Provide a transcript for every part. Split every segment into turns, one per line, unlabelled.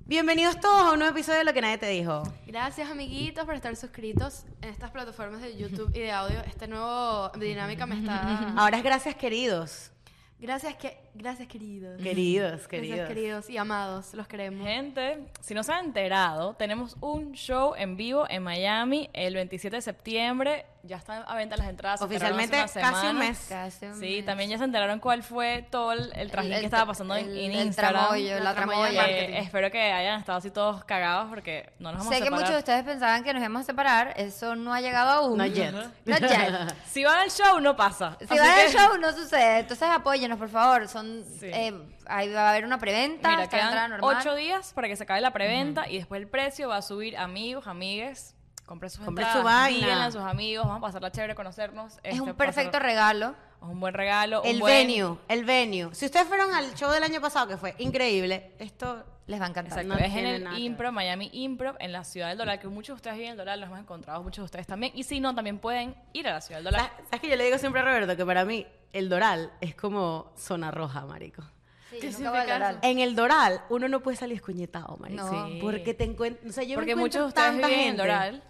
Bienvenidos todos a un nuevo episodio de Lo que nadie te dijo.
Gracias amiguitos por estar suscritos en estas plataformas de YouTube y de audio. Esta nueva dinámica me está...
Ahora es gracias queridos.
Gracias, que... Gracias queridos.
Queridos,
Gracias
queridos.
queridos y amados, los queremos.
Gente, si no se han enterado, tenemos un show en vivo en Miami el 27 de septiembre. Ya están a venta las entradas. se enteraron
Oficialmente
hace una
casi un
semana.
mes.
Gracias.
Sí, también ya se enteraron cuál fue todo el, el trajín
el
que estaba
tra-
pasando en,
el-
en
el
Instagram.
tramoyo, la
Eh,
tramoya de marketing.
espero que hayan estado así todos cagados porque no nos vamos
Sé
a
que
separar.
muchos de ustedes pensaban que nos íbamos a separar, eso no ha llegado aún.
Not yet.
Not yet.
Si van al show, no pasa.
Si
Así
van al
que-
show no sucede, entonces apóyenos por favor. Son,
Sí.
eh, ahí va a haber una preventa,
Mira,
está la entrada
quedan
normal.
ocho días para que se acabe la preventa y después el precio va a subir amigos, amigues. Compren sus
Compren su
entradas,
vaina.
díganle a sus amigos, vamos a pasarla chévere, conocernos.
es
este,
un
pasar-
perfecto regalo.
Es un buen regalo. un
El
buen-
venue, el venue. Si ustedes fueron al show del año pasado, que fue increíble, esto
Les va a encantar.
Exacto,
No
es en
tiene
el
nada que
Impro, Miami Impro, en la Ciudad del Dólar, que muchos de ustedes viven en el Dólar, los hemos encontrado, muchos de ustedes también. Y si no, también pueden ir a la Ciudad del Dólar.
¿Sabes sabes que yo le digo siempre a Roberto que para mí el Doral es como zona roja, marico?
Sí,
¿Qué
yo nunca voy al
significa
Doral.
eso?
En el Doral uno no puede salir escuñetado, marico.
No.
Sí.
Porque te encuentras... O sea, yo me
Porque muchos
encuentro
de ustedes
tanta
viven en el
gente.
Doral.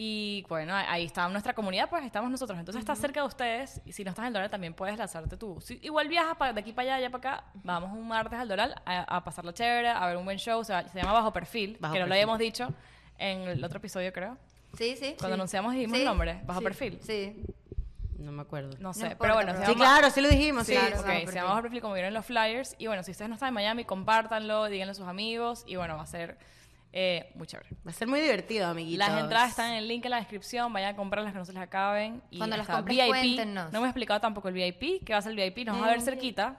Y bueno, ahí está nuestra comunidad, pues estamos nosotros. Entonces está cerca de ustedes. Y si no estás en el Doral, también puedes lanzarte tú. Si, igual viajas pa- de aquí para allá, allá para acá. Vamos un martes al Doral a, a pasarla chévere, a ver un buen show. Se, va- se llama Bajo Perfil,
Bajo
que no lo
Perfil.
habíamos dicho en el otro episodio, creo.
Sí, sí.
Cuando
sí.
anunciamos dijimos
Sí,
el nombre, Bajo
sí,
Perfil.
Sí.
No me acuerdo.
No sé,
importa,
pero bueno,
pero-
Sí,
se llama-
claro, sí lo dijimos.
Sí,
Sí,
Claro,
ok,
bajo
se
perfil.
llama Bajo Perfil como vieron en los flyers. Y bueno, si ustedes no están en Miami, compártanlo, díganlo a sus amigos. Y bueno, va a ser eh, muy chévere.
Va a ser muy divertido, amiguitos.
Las entradas están en el link en la descripción, vayan a comprarlas que no se les acaben. Y
Cuando las
está
compres, cuéntenos. Eh.
No me he explicado tampoco el VIP, que va a ser el VIP, nos va a ver cerquita.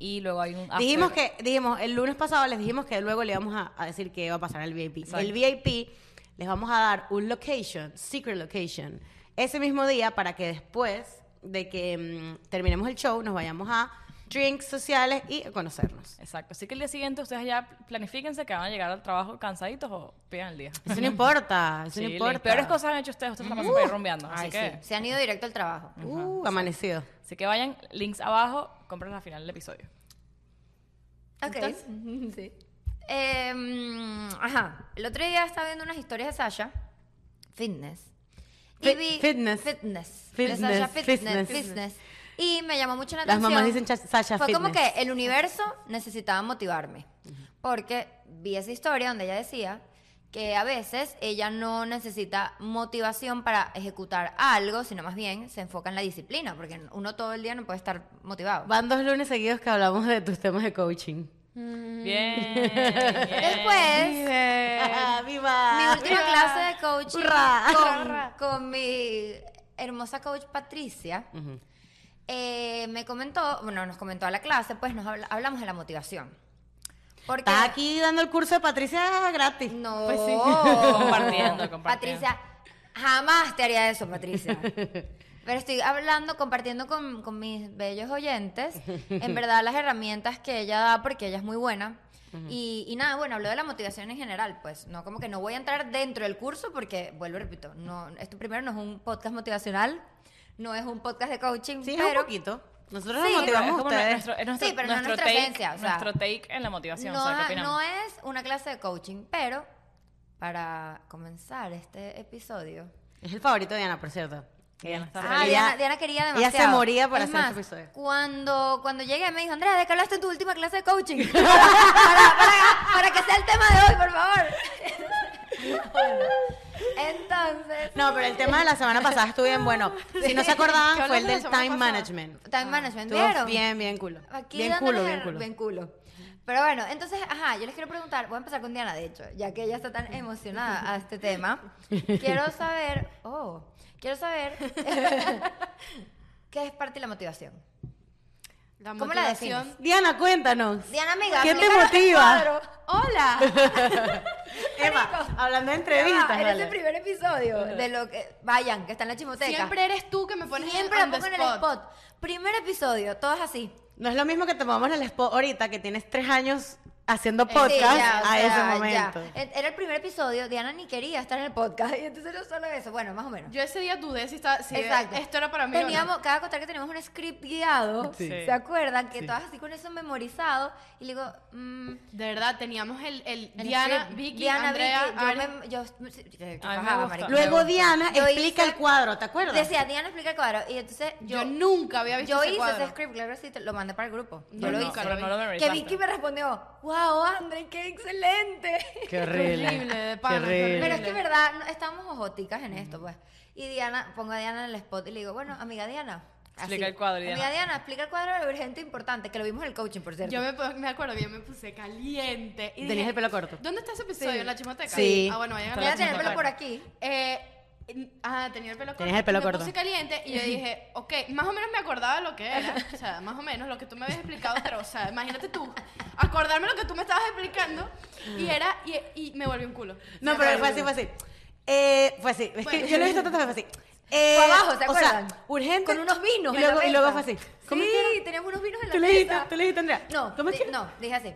Y luego hay
Ah,
un... after.
Dijimos que, dijimos, el lunes pasado les dijimos que luego le íbamos a, a decir que va a pasar al VIP.
Exacto.
El VIP les vamos a dar un location, secret location, ese mismo día para que después de que mm, terminemos el show nos vayamos a drinks sociales y a conocernos.
Exacto, así que el día siguiente ustedes ya planifíquense que van a llegar al trabajo cansaditos o pidan el día.
Eso no importa, eso no
Sí,
importa.
las peores cosas han hecho ustedes, ustedes están pasando por ahí rumbeando. Así
Ay,
que,
sí. Se han ido directo al trabajo.
Uh, amanecido.
así que vayan, links abajo, compren al final del episodio.
Ok.
Entonces-
Sí. Eh, mm, ajá. El otro día estaba viendo unas historias de Sasha. Fitness. Y
Fit-
vi-
fitness.
Fitness.
Fitness,
De Sasha Fitness.
fitness.
Fitness. Y me llamó mucho la
Las
atención.
mamás dicen Chas- Sasha
Fue como que
Fitness.
el universo necesitaba motivarme. Porque vi esa historia donde ella decía que a veces ella no necesita motivación para ejecutar algo, sino más bien se enfoca en la disciplina, porque uno todo el día no puede estar motivado.
Van dos lunes seguidos que hablamos de tus temas de coaching.
Mm.
Bien. bien.
Mm. Después,
Ah, ¡Viva!
Eh, mi última
Mira.
clase de coaching
Hurra.
con, con mi hermosa coach Patricia eh, me comentó, bueno, nos comentó a la clase, pues nos habla- hablamos de la motivación. Porque
Estás aquí dando el curso de Patricia gratis.
no,
Pues Compartiendo, compartiendo.
Patricia, jamás te haría eso, Patricia. Pero estoy hablando, compartiendo con, con mis bellos oyentes, en verdad, las herramientas que ella da, porque ella es muy buena. Y, y nada, bueno, habló de la motivación en general, pues, no como que no voy a entrar dentro del curso porque, vuelvo y repito, no, esto primero no es un podcast motivacional, no es un podcast de coaching,
Sí, es un
pero
poquito. Nosotros
Sí,
nos motivamos
Es
a
como
ustedes.
nuestro, es nuestro,
Sí, pero no
nuestro
nuestra
take,
esencia, o sea.
nuestro take en la motivación,
no,
o sea, ¿qué
ha-
opinamos?
no es una clase de coaching, pero para comenzar este episodio,
Es el favorito de Diana, por cierto.
Diana está
En
Ah,
realidad,
Diana, Diana quería
ella
demasiado.
se moría por
Es
hacer
más,
este episodio.
Cuando, cuando llegué me dijo, Andrea, ¿de qué hablaste en tu última clase de coaching? para, para- para que sea el tema de hoy, por favor. Bueno, entonces,
No, pero el tema de la semana pasada estuvo bien bueno. Si no se acordaban,
¿Qué
fue
hablamos
el
de
del
la semana
time
pasada?
management.
time management,
ah, Estuvo
¿vieron?
bien, bien culo.
Aquí
bien
dándoles
culo,
el-
bien culo.
bien culo. Pero bueno, entonces, ajá, yo les quiero preguntar, voy a empezar con Diana, de hecho, ya que ella está tan emocionada a este tema. Quiero saber, oh, quiero saber qué es parte de la motivación.
La
¿Cómo la
motivación-
defines?
Diana, cuéntanos.
Diana, amiga,
¿Qué te
aplícalo en el
motiva?
cuadro.
Hola.
Eva, hablando de
Ya va,
entrevistas.
en
vale.
este primer episodio de lo que vayan, que está en la chimoteca.
Siempre eres tú que me pones
Siempre
en,
la pongo en el spot. Primer episodio, todo es así.
No es lo mismo que tomamos el spot ahorita, que tienes tres años haciendo
Eh, Sí,
podcast
ya, o
a
sea,
ese
ya.
momento.
E- Era el primer episodio, Diana ni quería estar en el podcast, y entonces no solo eso, bueno, más o menos.
Yo ese día dudé si, estaba, si
Exacto.
esto era para mí. o no.
Teníamos, cada contar que teníamos un script guiado,
Sí.
¿se acuerdan? Que todas así con eso memorizado, y le digo, mm,
De verdad, teníamos el, el
el
Diana,
script,
Vicky,
Diana,
Andrea,
Vicky,
Ari.
yo me, yo- sí, que
A mí me
bajaba,
gusta.
marica.
Luego
Luego,
Diana
yo
explica
hice-
el cuadro, ¿te acuerdas?
Decía, Diana explica el cuadro, y entonces
yo,
yo,
nunca había visto
yo
ese
hice
cuadro.
ese script, claro que sí, te- lo mandé para el grupo, yo
No,
lo
no,
hice.
pero
Pues no lo
que
memorizaste.
Vicky me respondió, wow, André, qué excelente.
Qué
horrible. Horrible, de pana, Qué horrible. qué horrible.
Pero es que, verdad, no- estamos ojoticas en esto, pues. Y Diana, pongo a Diana en el spot y le digo, bueno, amiga Diana.
Explica el cuadro, Diana.
Amiga Diana, explica el cuadro de urgente importante, que lo vimos en el coaching, por cierto.
Yo me, po- me acuerdo, yo me puse caliente. Y
Tenías el pelo corto.
¿Dónde está ese episodio?
Sí.
¿En la chimoteca?
Sí.
Ah, bueno, vayan a
Voy a
la
tener el
chimoteca.
pelo por aquí.
Eh, n- ah, tenía el pelo corto.
Tenías el pelo
me
corto.
puse caliente y yo dije, ok, más o menos me acordaba lo que era. O sea, más o menos lo que tú me habías explicado, pero, o sea, imagínate tú, acordarme lo que tú me estabas explicando y era, y, y me volví un culo.
No, pero fue así, fue así. Eh, fue así. Es que yo lo he visto tantas veces así. Eh,
Fue abajo, ¿se
o sea,
acuerdan?
urgente.
Con unos vinos.
Y
en la
luego, y luego
mesa.
fue así. ¿Cómo es
sí,
que era?
teníamos unos vinos en la
Tú le
mesa.
dijiste, tú le dijiste, Andrea.
No,
¿Cómo es
di-
que?
no, dije así.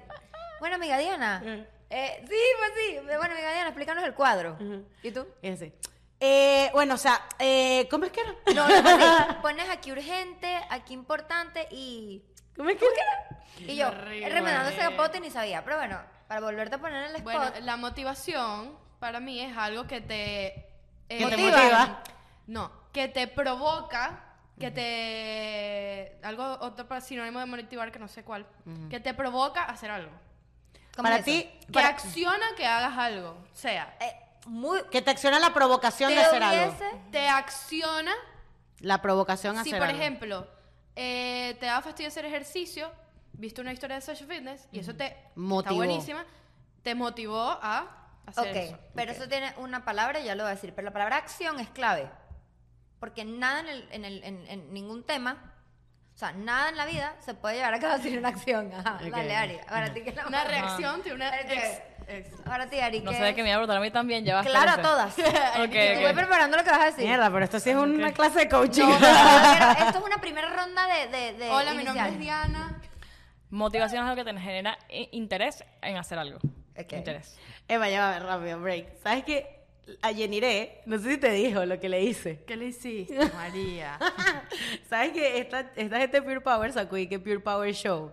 Bueno, amiga Diana. eh, sí, pues sí. Bueno, amiga Diana, explícanos el cuadro. ¿Y tú?
Y así. Eh, bueno, o sea, eh, ¿cómo es que era?
No, no, fue así. Pones aquí urgente, aquí importante y...
¿Cómo es que era?
Y yo,
Horrible.
remedándose capote y ni sabía. Pero bueno, para volverte a poner en el spot.
Bueno, la motivación para mí es algo que te... eh,
Que te
motiva.
motiva.
No, que te provoca, que te... Algo, otro pa- sinónimo de motivar que no sé cuál. Que te provoca a hacer algo.
¿cómo
Para
es
ti,
eso?
Que
para-
acciona que hagas algo. O sea,
Eh, muy.
que te acciona la provocación
Te
de hacer algo.
hubiese-
te acciona
La provocación a
si,
hacer
por
algo.
ejemplo, eh, te da fastidio hacer ejercicio, viste una historia de Sasha Fitness y eso te... Está
Motivó.
buenísima. Te motivó a hacer
Ok,
eso.
pero eso tiene una palabra, ya lo voy a decir. Pero la palabra acción es clave. Porque nada en, el- en el- en- en ningún tema, o sea, nada en la vida se puede llevar a cabo sin una acción. Ajá,
Ok.
dale, Ari. Ahora ti que la
Una reacción de una...
Ahora ti-
ex- ex-
Ahora ti, Ari.
No
¿qué
sé de
es?
qué me iba a preguntar a mí también, ya va
Claro, a todas.
Ok,
Estuve
ok.
preparando lo que vas a decir.
Mierda, pero esto sí es una clase de coaching.
No, no, no, pero esto es una primera ronda de. de- de
Hola, mi nombre
inicial.
es Diana.
Motivación es algo que te genera eh, interés en hacer algo.
Ok.
Interés.
Eva, ya va, rápido, break. ¿Sabes qué? A Yeniré, no sé si te dijo lo que le hice.
¿Qué le hiciste, María?
¿Sabes qué? Esta, esta gente de Pure Power sacó y que Pure Power Show.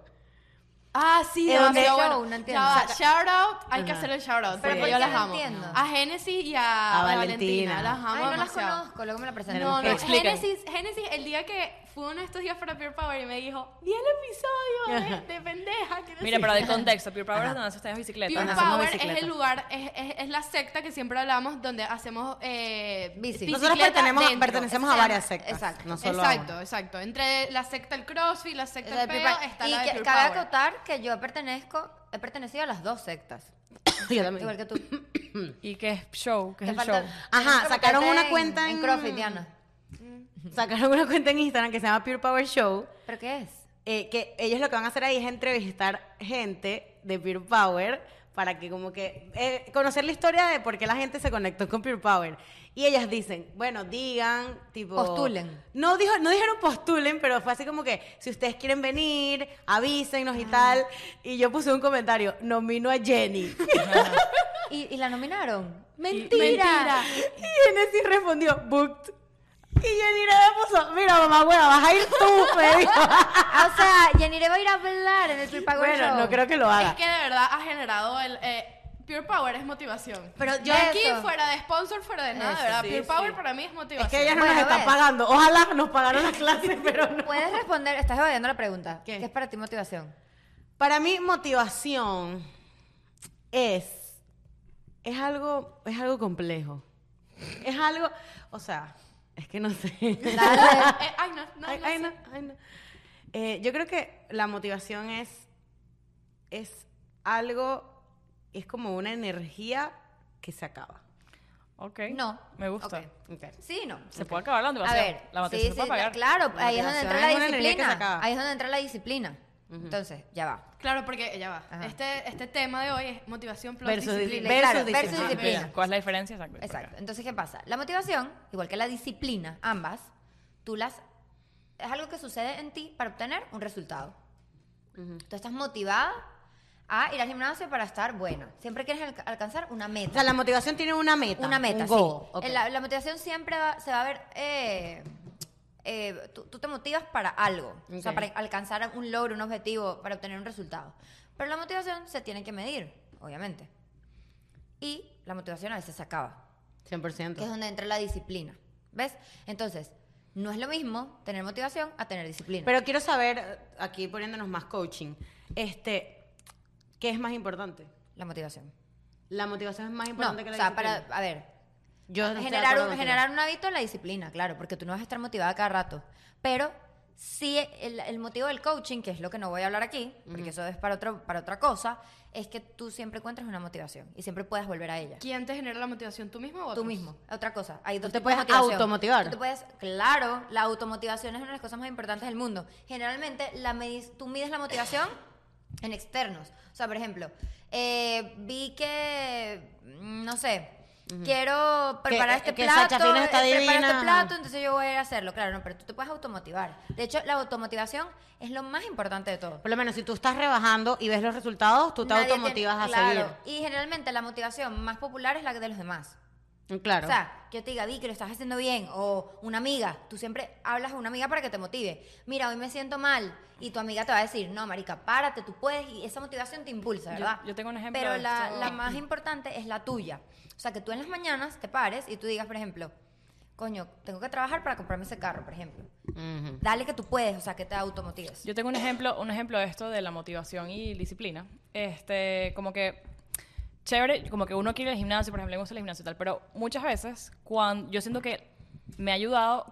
Ah,
Eh,
sí,
Es donde-
demasiado
show,
bueno.
no entiendo.
Ya va,
O
shout out, hay que
Ajá.
hacer el shout out,
Pero
porque
¿por
yo
qué
las
no
amo.
entiendo?
A Genesis y a,
A
a
Valentina.
Valentina. las amo
Ay, no las
demasiado.
conozco, luego me la presentan.
No, no,
Explica.
Genesis, Genesis, el día que fue uno de estos días para Pure Power y me dijo, vi el episodio eh, de, de pendeja. que no
Mira,
sé
pero
qué".
de contexto, Pure Power es donde haces ustedes bicicletas.
Pure
Ajá, somos
Power es
bicicletas.
el lugar, es, es- es la secta que siempre hablamos donde hacemos eh,
Bici.
Nosotros
bicicleta
pertenecemos,
dentro.
pertenecemos a
Eso se llama-
varias sectas.
exacto,
No solo a
Exacto,
una.
exacto. Entre la secta del CrossFit, la
Esa
secta
de
del
Pure
este peo,
Power.
está
y
la de
que,
Pure
cabe
Power.
acotar que yo pertenezco, he pertenecido a las dos sectas.
Yo también.
Igual que tú.
¿Y qué es show? ¿Qué es el
Te falta-
show?
Ajá, sacaron
en-
una cuenta
En
en-
CrossFit, Diana.
Sacaron una cuenta en Instagram que se llama Pure Power Show.
¿Pero qué es?
eh, que ellos lo que van a hacer ahí es entrevistar gente de Pure Power para que como que eh, conocer la historia de por qué la gente se conectó con Pure Power. Y ellas dicen, bueno, digan, tipo...
Postulen.
No, dijo, no dijeron postulen, pero fue así como que, si ustedes quieren venir, avísenos y
Ah.
tal. Y yo puse un comentario, nomino a Jenny.
¿Y, y la nominaron?
Mentira.
Y Genesis respondió, booked. Y Jenny le puso, mira mamá hueva, vas a ir tú, me dijo.
Ah, o sea, Yanire va a ir a hablar en el Free Power
Bueno,
Show.
no creo que lo haga.
Es que de verdad ha generado el... eh, Pure Power es motivación.
Pero
de
yo
aquí,
eso-
fuera de sponsor, fuera de nada,
Eso,
de ¿verdad?
sí,
Pure
sí.
Power para mí es motivación.
Es que ellas no
Bueno,
nos están
ves.
pagando. Ojalá nos pagaran las clases, pero no.
Puedes responder, estás evadiendo la pregunta.
¿Qué?
¿Qué es para ti motivación?
Para mí, motivación es. Es algo, es algo complejo. Es algo. O sea, es que no sé.
Dale.
Eh, ay, no, no,
ay,
no
ay,
sé.
no, ay, no. Eh, yo creo que la motivación es, es algo, es como una energía que se acaba.
Ok.
No.
Me gusta.
Ok.
Ok.
Sí, no.
Se puede acabar la
A
motivación.
ver,
la
sí,
motivación se
sí,
puede apagar.
claro, ahí es donde entra la
motivación es una energía que se
disciplina.
acaba.
Ahí es donde entra la disciplina. Entonces, ya va.
Claro, porque ya va.
Ajá.
Este, este tema de hoy es motivación plus
Versus
disciplina.
disciplina.
Claro,
Versus
versus
disciplina.
disciplina.
¿Cuál es la diferencia? Exacto.
Exacto. Entonces, ¿qué pasa? La motivación, igual que la disciplina, ambas, tú las... Es algo que sucede en ti para obtener un resultado. Tú estás motivada a ir al gimnasio para estar buena. Siempre quieres alca- alcanzar una
O
meta.
sea, la motivación tiene una meta.
una meta,
un goal.
sí.
Ok.
La, la motivación siempre va- se va a ver... eh, eh, tú, tú te motivas para algo, o sea,
Ok.
para alcanzar un logro, un objetivo, para obtener un resultado. Pero la motivación se tiene que medir, obviamente. Y la motivación a veces se acaba.
100%.
que es donde entra la disciplina. ¿Ves? Entonces, no es lo mismo tener motivación a tener disciplina.
Pero quiero saber, aquí poniéndonos más coaching, este, ¿qué es más importante?
la motivación.
La motivación es más
No,
importante que
o
la
sea, para,
disciplina.
a ver,
Yo no estoy de
generar,
acuerdo
un,
contigo.
generar un hábito es la disciplina, claro, porque tú no vas a estar motivada cada rato. Pero sí, el, el motivo del coaching, que es lo que no voy a hablar aquí, porque eso es para, otro, para otra cosa, es que tú siempre encuentras una motivación y siempre puedas volver a ella.
¿Quién te genera la motivación? ¿Tú mismo o
Tú
otros?
mismo. Otra cosa. Hay
Tú
dos
te
tipos de
puedes
motivación.
automotivar.
Tú te puedes, claro, la automotivación es una de las cosas más importantes del mundo. Generalmente la medis- tú mides la motivación en externos. O sea, por ejemplo, eh, vi que, mm, no sé, quiero preparar
que-
este
que
plato,
Sacha Fitness está
eh, preparar
divina,
este
ajá.
plato, entonces yo voy a ir a hacerlo. Claro, no, pero tú te puedes automotivar. De hecho, la automotivación es lo más importante de todo.
Por lo menos, si tú estás rebajando y ves los resultados, tú te
Nadie
automotivas
tiene-
a
claro, Y generalmente la motivación más popular es la de los demás.
seguir. Mm, Claro.
O sea, que yo te diga, vi que lo estás haciendo bien, o una amiga, tú siempre hablas a una amiga para que te motive. Mira, hoy me siento mal, y tu amiga te va a decir, no, marica, párate, tú puedes, y esa motivación te impulsa,
Yo-
¿verdad?
yo tengo un ejemplo
Pero
de
la,
esto.
la más importante es la tuya. O sea, que tú en las mañanas te pares y tú digas, por ejemplo, coño, tengo que trabajar para comprarme ese carro, por ejemplo.
Ujú.
Dale que tú puedes, o sea, que te automotives.
Pues, Yo tengo un ejemplo, un ejemplo de esto de la motivación y disciplina. Este, como que chévere, como que uno quiere ir al gimnasio, por ejemplo, le gusta el gimnasio y tal, pero muchas veces cuando yo siento que me ha ayudado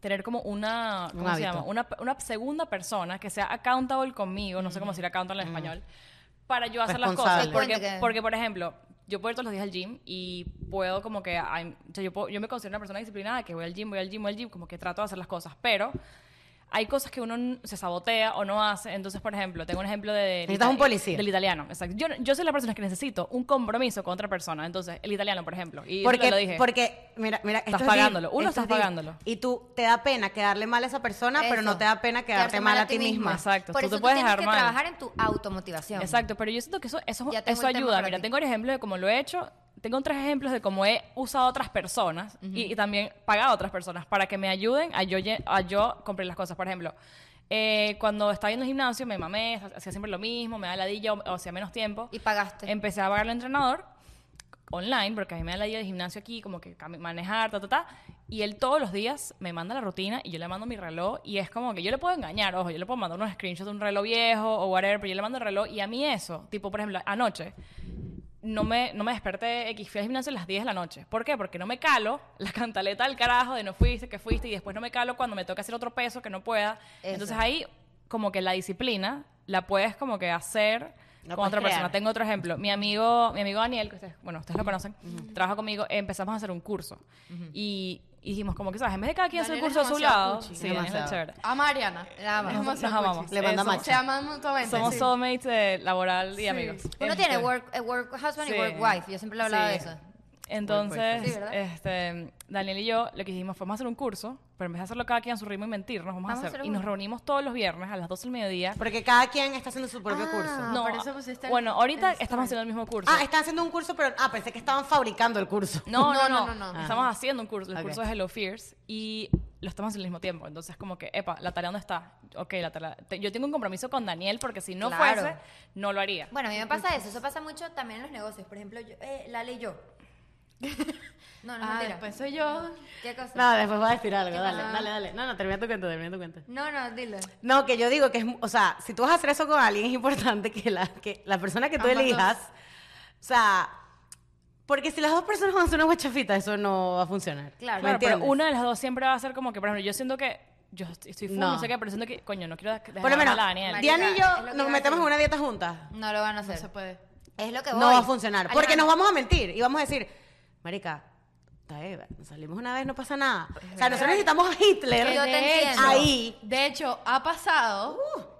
tener como una
Un
¿cómo se
hábito.
llama? Una, una segunda persona que sea accountable conmigo, no sé cómo decir accountable en español, para yo hacer las cosas,
Responsable.
porque,
Cuenta que-
porque, por ejemplo, yo puedo ir todos los días al gym y puedo como que, I'm- o sea, yo, puedo- yo me considero una persona disciplinada, que voy al gym, voy al gym, voy al gym, como que trato de hacer las cosas, pero hay cosas que uno n- se sabotea o no hace. Entonces, por ejemplo, tengo un ejemplo de...
Necesitas un policía.
Del italiano, exacto. Yo, yo soy la persona que necesito un compromiso con otra persona. Entonces, el italiano, por ejemplo. Y eso te
Porque,
lo dije.
porque, mira, mira, esto
Estás
es
pagándolo,
deep,
uno
esto
estás
es deep.
pagándolo.
Y tú te da pena quedarle mal a esa persona, pero no
Eso.
te da pena quedarte, mal a ti misma.
Exacto,
Por
tú
eso
te
tú
puedes
tienes
dejar
que
mal.
trabajar en tu automotivación.
Exacto, pero yo siento que eso, eso,
Ya tengo
eso
el tema
ayuda.
para
Mira,
ti.
tengo el ejemplo de cómo lo he hecho. Tengo tres ejemplos de cómo he usado a otras personas y, y también pagado a otras personas para que me ayuden a yo, lle- a yo comprar las cosas. Por ejemplo, eh, cuando estaba en el gimnasio me mamé, ha- hacía siempre lo mismo, me da ladilla o, o hacía menos tiempo.
Y pagaste.
Empecé a pagar al entrenador online, porque a mí me da la idea de gimnasio aquí, como que cami- manejar, ta, ta, ta. Y él todos los días me manda la rutina y yo le mando mi reloj y es como que yo le puedo engañar, ojo, yo le puedo mandar unos screenshots de un reloj viejo o whatever, pero yo le mando el reloj y a mí eso, tipo, por ejemplo, anoche, no me, no me desperté X, fui al gimnasio a las 10 de la noche. ¿Por qué? Porque no me calo la cantaleta del carajo de no fuiste, que fuiste y después no me calo cuando me toca hacer otro peso que no pueda.
Eso.
Entonces ahí como que la disciplina la puedes como que hacer
La
con
puedes
otra
crear.
persona. Tengo otro ejemplo. Mi amigo, mi amigo Daniel, que ustedes, bueno, ustedes lo conocen, trabaja conmigo, empezamos a hacer un curso. Y y dijimos como que, ¿sabes? En vez de cada quien hacer el
Daniel es
curso a su
demasiado
lado,
cuchi.
sí, Daniel es
Demasiado.
chévere.
A Mariana. La
amamos.
Nos, nos
Demasiado
amamos.
cuchi.
Le manda
Eh, somos-
Se aman mutuamente.
Somos
sí.
soulmates eh, laboral y
Sí.
amigos.
Uno tiene
Este-
work, eh, work husband y
Sí.
work wife. Yo siempre he hablado de
Sí.
eso.
Entonces,
Sí, ¿verdad?
este, Daniel y yo lo que hicimos fue vamos a hacer un curso, pero en vez de hacerlo cada quien a su ritmo y mentirnos, vamos, a hacer. Y
uno.
nos reunimos todos los viernes a las 12 del mediodía.
Porque cada quien está haciendo su propio
Ah.
curso.
no,
por eso pusiste el-
bueno, ahorita
el story.
estamos haciendo el mismo curso.
Ah, están haciendo un curso, pero. Ah, pensé que estaban fabricando el curso.
No, no, no,
no, no, no.
Estamos haciendo un curso, el
Ok.
curso de Hello Fears y lo estamos haciendo al mismo tiempo. Entonces, como que, epa, la tarea dónde está. Ok, la tarea. te- yo tengo un compromiso con Daniel porque si no
Claro.
fuese, no lo haría.
Bueno, a mí me pasa eso. Eso pasa mucho también en los negocios. Por ejemplo, yo, eh, Lale y yo. No, no,
Ah,
mentira.
después soy yo.
¿Qué cosa?
No, después vas a decir algo. Dale,
pasa?
dale, dale. No, no, termina tu cuenta, termina tu cuenta.
No, no, dilo.
No, que yo digo que es, o sea, si tú vas a hacer eso con alguien es importante que la, que la persona que tú
Ambas
elijas, o sea, porque si las dos personas van a hacer una guachafita, eso no va a funcionar.
Claro.
¿Me
Claro, pero
entiendes?
una de las dos siempre va a ser como que, por ejemplo, yo siento que yo est- estoy full, no.
No.
sé qué, pero siento que, coño, no quiero dejar
Por lo menos,
mal a Daniel.
Marica,
Diana y
es lo que
yo
iba
nos
a
metemos en
decir.
una dieta junta.
No lo van a hacer.
No se puede.
Es lo que voy.
No va a funcionar, porque nos
Alejandro,
vamos a mentir y vamos a decir, marica, está Eva, nos salimos una vez, no pasa nada. O sea, nosotros necesitamos a Hitler
Que yo te
de
entiendo.
ahí
De hecho, ha pasado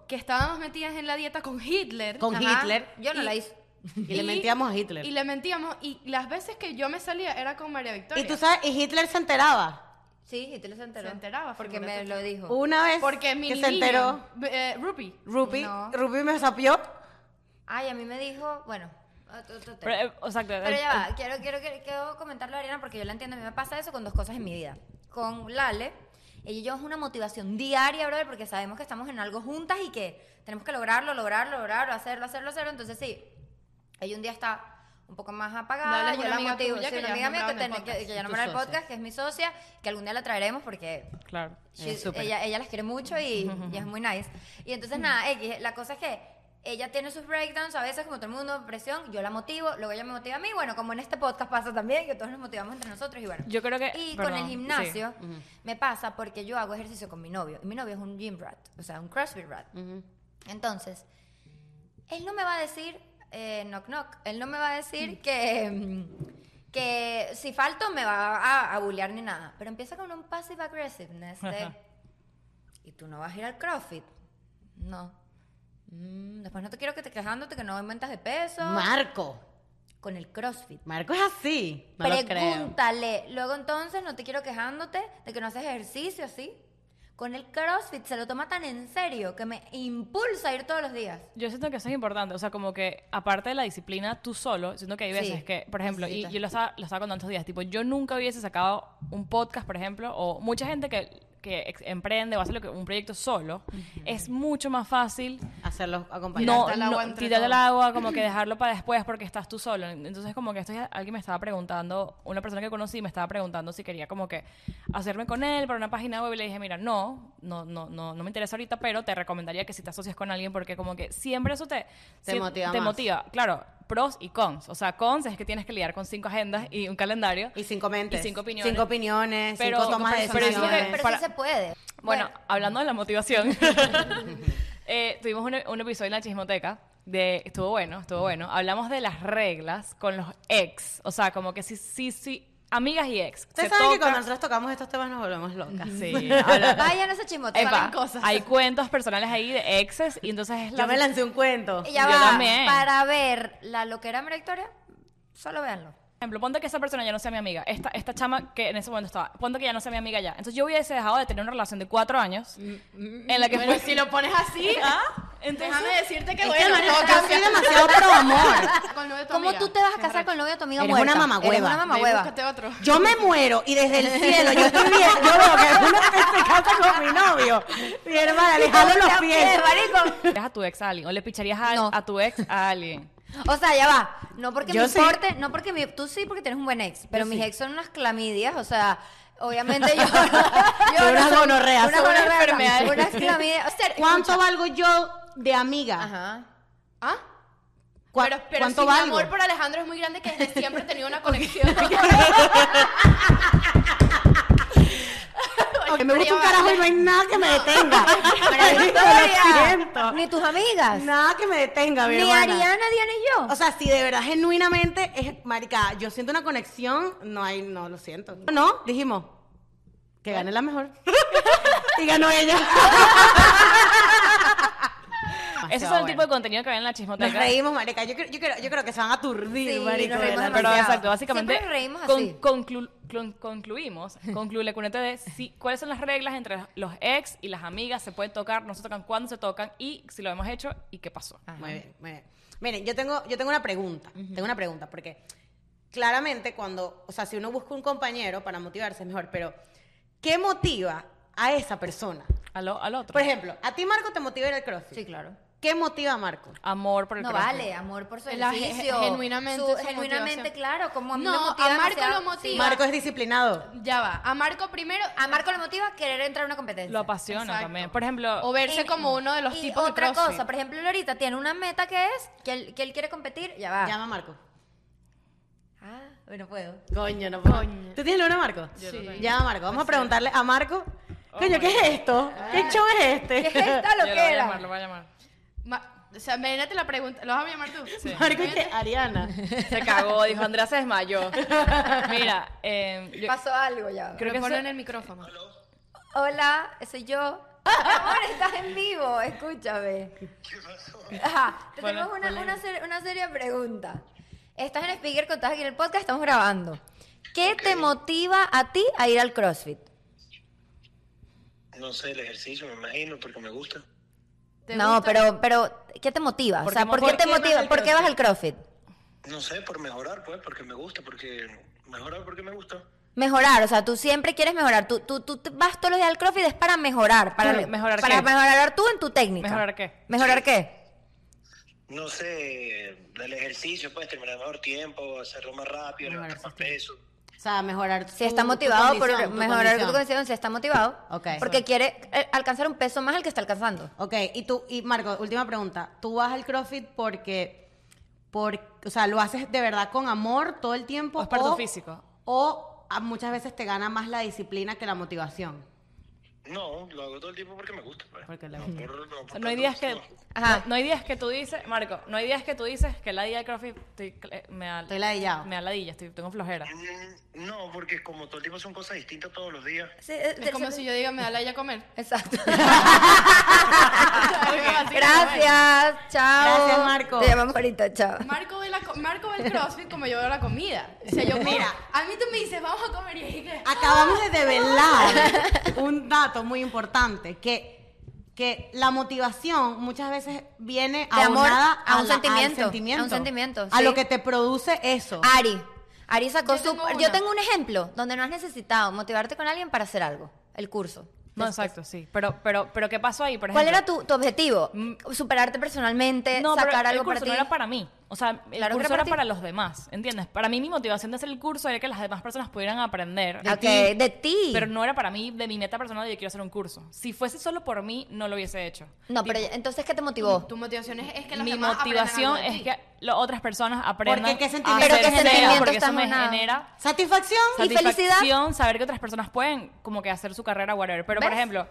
que estábamos metidas en la dieta con Hitler.
con
ajá,
Hitler
Yo no la hice.
y le mentíamos a Hitler.
Y
Y,
le mentíamos. Y las veces que yo me salía era con María Victoria.
tú sabes, y Hitler se enteraba.
Sí, y te lo enteró.
Se enteraba,
Porque me
figúrate
lo
tú.
dijo.
Una vez
Porque
que
mi
se enteró
Eh, Rupi.
Rupi,
No.
Rupi me sapió.
Ay, a mí me dijo, bueno, otro- otro tema.
Pero, eh, o sea,
Pero ya va, quiero, quiero, quiero, quiero comentarlo a Ariana porque yo la entiendo. A mí me pasa eso con dos cosas en mi vida. Con Lale, ella y yo es una motivación diaria, brother, porque sabemos que estamos en algo juntas y que tenemos que lograrlo, lograrlo, lograrlo, hacerlo, hacerlo, hacerlo. Entonces sí, ella un día está un poco más apagada,
Lale es
yo
una
la
amiga
motivo.
tuya
sí,
que
una
ya has
amiga mía que,
nombrado en el
ten- que-
podcast,
que
es
ya
tu
nombré el
socia.
podcast, que es mi socia, que algún día la traeremos porque
Claro.
She-
Es súper.
ella, ella la quiere mucho y, y es muy nice. Y entonces, nada, X, la cosa es que ella tiene sus breakdowns, a veces como todo el mundo, presión, yo la motivo, luego ella me motiva a mí, bueno, como en este podcast pasa también, que todos nos motivamos entre nosotros y bueno.
Yo creo que-
Y con
perdón,
el gimnasio me pasa porque yo hago ejercicio con mi novio, y mi novio es un gym rat, o sea, un CrossFit rat. Entonces, él no me va a decir, eh, knock knock, él no me va a decir que, mm, que si falto me va a, a bullear ni nada. Pero empieza con un passive aggressiveness de,
Ajá.
¿y tú no vas a ir al CrossFit? No. Mm, después no te quiero que te quejándote que no aumentas de peso.
Marco.
con el CrossFit.
Marco es así. No lo creo.
Pregúntale. Luego entonces no te quiero quejándote de que no haces ejercicio así. Con el CrossFit se lo toma tan en serio que me impulsa a ir todos los días.
Yo siento que eso es importante, o sea, como que aparte de la disciplina tú solo, siento que hay veces
Sí,
que, por ejemplo, y
necesitas.
yo lo estaba, lo estaba contando estos días, tipo, yo nunca hubiese sacado un podcast, por ejemplo, o mucha gente que, que ex- emprende o hace lo que, un proyecto solo, es mucho más fácil
Hacerlos
no,
acompañados.
al agua
no,
entre
tirarte al
todos.
agua, como que dejarlo para después porque estás tú solo. Entonces, como que esto ya- alguien me estaba preguntando, una persona que conocí me estaba preguntando si quería como que hacerme con él para una página web y le dije, mira, no, no, no, no, no me interesa ahorita, pero te recomendaría que si te asocias con alguien porque como que siempre eso te,
Te
siem-
motiva
Te
más.
motiva, claro. Pros y cons. O sea, cons es que tienes que lidiar con cinco agendas y un calendario.
Y cinco mentes.
Y cinco opiniones.
Cinco opiniones,
Pero-
cinco tomas de
pero eso
decisiones.
Pero,
que-
pero sí
para-
se puede.
Bueno, hablando de la motivación, eh, tuvimos un, un episodio en la chismoteca. De, estuvo bueno, estuvo bueno. Hablamos de las reglas con los ex. O sea, como que sí, sí, sí. Amigas y ex.
Ustedes
Se
saben que
toca-
cuando nosotros tocamos estos temas nos volvemos locas.
Sí, habla-
Vayan a ese chismote.
Epa,
salen cosas.
Hay cuentos personales ahí de exes y entonces es la-
Yo me lancé un cuento.
Ya
Yo
va,
también.
Para ver la loquera María Victoria, solo véanlo.
Por ejemplo, ponte que esa persona ya no sea mi amiga. Esta, esta chama que en ese momento estaba. Ponte que ya no sea mi amiga ya. Entonces yo hubiese dejado de tener una relación de cuatro años
Mm,
en la que
Bueno,
fue-
si lo pones así,
Ah,
Entonces,
déjame decirte que
Es
bueno,
que no,
no,
yo soy demasiado pro amor.
con lo de tu
¿Cómo
amiga.
tú te vas a
Qué
casar
arrecho.
con el novio de tu amiga
Eres
muerta?
una mamahueva.
Eres una
Ve,
mamahueva.
búscate otro.
Yo me muero y desde el cielo yo estoy bien. Yo veo que alguna vez se casa este con mi novio. Mi hermana, le jalo los pies.
marico.
¿Dejas a tu ex a alguien o le picharías a,
No.
a tu ex a alguien.
O sea, ya va. No porque
Yo
me
sí.
importe, no porque mi- tú sí, porque tienes un buen ex, pero
Yo
mis
sí.
ex son unas clamidias, o sea, obviamente yo. yo
Son unas
soy-
gonorreas,
Unas
son unas
gonorreas,
enfermedades.
Unas clamidias. O sea,
¿Cuánto valgo yo de amiga?
Ajá.
¿Ah?
¿Cuá-
pero, pero
¿Cuánto
si mi
valgo?
amor por Alejandro es muy grande que desde siempre he tenido una conexión.
Porque me gusta un carajo y no hay nada que me detenga.
María
Lo
Victoria.
siento.
Ni tus amigas.
Nada que me detenga, mi
Ni
hermana.
Ariana, Diana y yo.
O sea, si de verdad genuinamente es marica, yo siento una conexión, no hay, no lo siento. No, dijimos que gane la mejor. y ganó ella.
Ese es el tipo de contenido que ven en la chismoteca.
Nos reímos, marica. Yo, creo- yo, creo, yo creo que se van a aturdir,
Sí, nos
marica. de
reímos
la
Pero
demasiado.
risa.
exacto, básicamente
Siempre nos reímos así.
conclu- clon- concluimos, concluye la cuneta de si, cuáles son las reglas entre los ex y las amigas, se pueden tocar, no se tocan, cuándo se tocan y si lo hemos hecho y qué pasó.
Ajá.
Muy bien, muy bien. Miren, yo tengo, yo tengo una pregunta. Tengo una pregunta, porque claramente cuando, o sea, si uno busca un compañero para motivarse es mejor, pero ¿qué motiva a esa persona?
Al, o- al otro.
Por ejemplo, a ti Marco te motiva ir al CrossFit.
Sí, claro.
¿Qué motiva a Marco?
Amor por el
No
corazón.
vale, amor por su
La ge-
ejercicio.
genuinamente
Su-
su
genuinamente,
motivación.
claro, como a mí me
No,
motiva
a Marco
demasiado-
lo motiva.
Sí.
Marco es disciplinado.
Ya va. A Marco primero.
A Marco le motiva querer entrar a una competencia.
Lo apasiona
Exacto.
también. Por ejemplo,
O verse
Y-
como uno de los
y
tipos de
otra
CrossFit.
cosa, por ejemplo, Lorita tiene una meta que es que él, que él quiere competir, ya va.
Llama a Marco.
Ah, bueno, puedo.
Coño, no puedo.
Coño.
¿Tú tienes luna, Marco?
Yo no tengo.
Llama a Marco. Vamos a preguntarle a Marco. Coño, ¿qué es esto? ¿Qué show es
¿Qué es
este?
esta
yo lo voy a
loquera?
llamar, lo voy a llamar.
Ma- o sea, imagínate la pregunta. ¿Lo vas a llamar tú? Sí.
Marco y que Ariana.
Se cagó, dijo Andrea se desmayó. Mira, eh, yo
Pasó algo ya. va.
creo que
ponlo
eso-
en el micrófono.
Hola, soy yo. Amor, estás en vivo, escúchame. Ajá, te
Ponle-
tenemos una,
ponle-
una, ser- una seria pregunta. Estás en speaker, contás aquí en el podcast, estamos grabando. ¿Qué te motiva a ti a ir al CrossFit?
No sé, el ejercicio me imagino porque me gusta.
¿Te
No,
gusta?
pero, pero, ¿qué te motiva? O
¿Por
sea,
qué
¿por
mo-
qué
por
te
qué vas
motiva?
al
¿Por qué vas al CrossFit?
No sé, por mejorar, pues, porque me gusta, porque mejorar porque me gusta.
Mejorar, o sea, tú siempre quieres mejorar. Tú, tú, tú te vas todos los días al CrossFit es para mejorar. Para,
Claro, ¿mejorar
para
qué?
mejorar tú en tu técnica.
¿Mejorar qué?
¿Mejorar qué?
No sé, del ejercicio, pues, terminar mejor tiempo, hacerlo más rápido,
Mejorar
levantar más
sistema.
peso.
O sea, mejorar
Si está
tu- tu
motivado por
condición, tu
mejorar tu
condición.
condición, si está motivado,
Ok.
porque quiere eh, alcanzar un peso más al que está alcanzando.
Ok, y tú, y Marco, última pregunta. ¿Tú vas al CrossFit porque, por, o sea, lo haces de verdad con amor todo el tiempo?
¿O es por tu físico?
O a- muchas veces te gana más la disciplina que la motivación.
No, lo hago todo el tiempo porque me gusta, pues.
Porque le
no,
gusta.
por- no,
O
por
sea, no hay días que...
no.
Ajá.
No, no hay días que tú dices, Marco, no hay días que tú dices que la día de CrossFit estoy cl- eh, me da,
Estoy ladillado.
me da ladilla, estoy, tengo flojera.
Mm, No, porque como todo el tiempo son cosas distintas todos los días.
Sí, eh,
Es como si yo diga, me da la ya comer.
Exacto.
Así que,
Gracias, chao.
Gracias, Marco.
Te llamamos ahorita, chao.
bueno. Marco ve, la co- Marco ve el CrossFit como yo veo la comida. O sea, yo como-
Mira.
A mí tú me dices, vamos a comer. Y yo dije,
Acabamos de develar un dato muy importante, que, que la motivación muchas veces viene
De amor
abonada
a un
la- al
sentimiento, a un sentimiento,
a lo
sí. Ah.
que te produce eso.
Ari. Ari sacó
Yo
su.
tengo
yo
una.
tengo un ejemplo donde no has necesitado motivarte con alguien para hacer algo. El curso.
No, exacto, sí. Pero, pero, pero ¿qué pasó ahí, por ejemplo?
¿Cuál era tu, tu objetivo? ¿Superarte personalmente?
No,
¿Sacar
pero
algo
el curso
para ti?
no era para mí. O sea, el
Claro que
curso
era
era
para
para,
ti.
los demás, ¿entiendes? Para mí mi motivación de hacer el curso era que las demás personas pudieran aprender.
Ok,
ti.
de ti.
Pero no era para mí, de mi meta personal, de yo quiero hacer un curso. Si fuese solo por mí, no lo hubiese hecho.
No, pero entonces, ¿qué te motivó?
tu, tu motivación es, es que las
mi
demás aprendan
motivación
algo de
es
ti.
que lo- otras personas aprendan.
Porque qué
a
sentimiento
hacer
Pero qué
SEO,
sentimiento
Porque eso
estás
me
una-
genera
¿Satisfacción?
Y felicidad.
satisfacción saber que otras personas pueden como que hacer su carrera whatever pero por
¿Ves?
ejemplo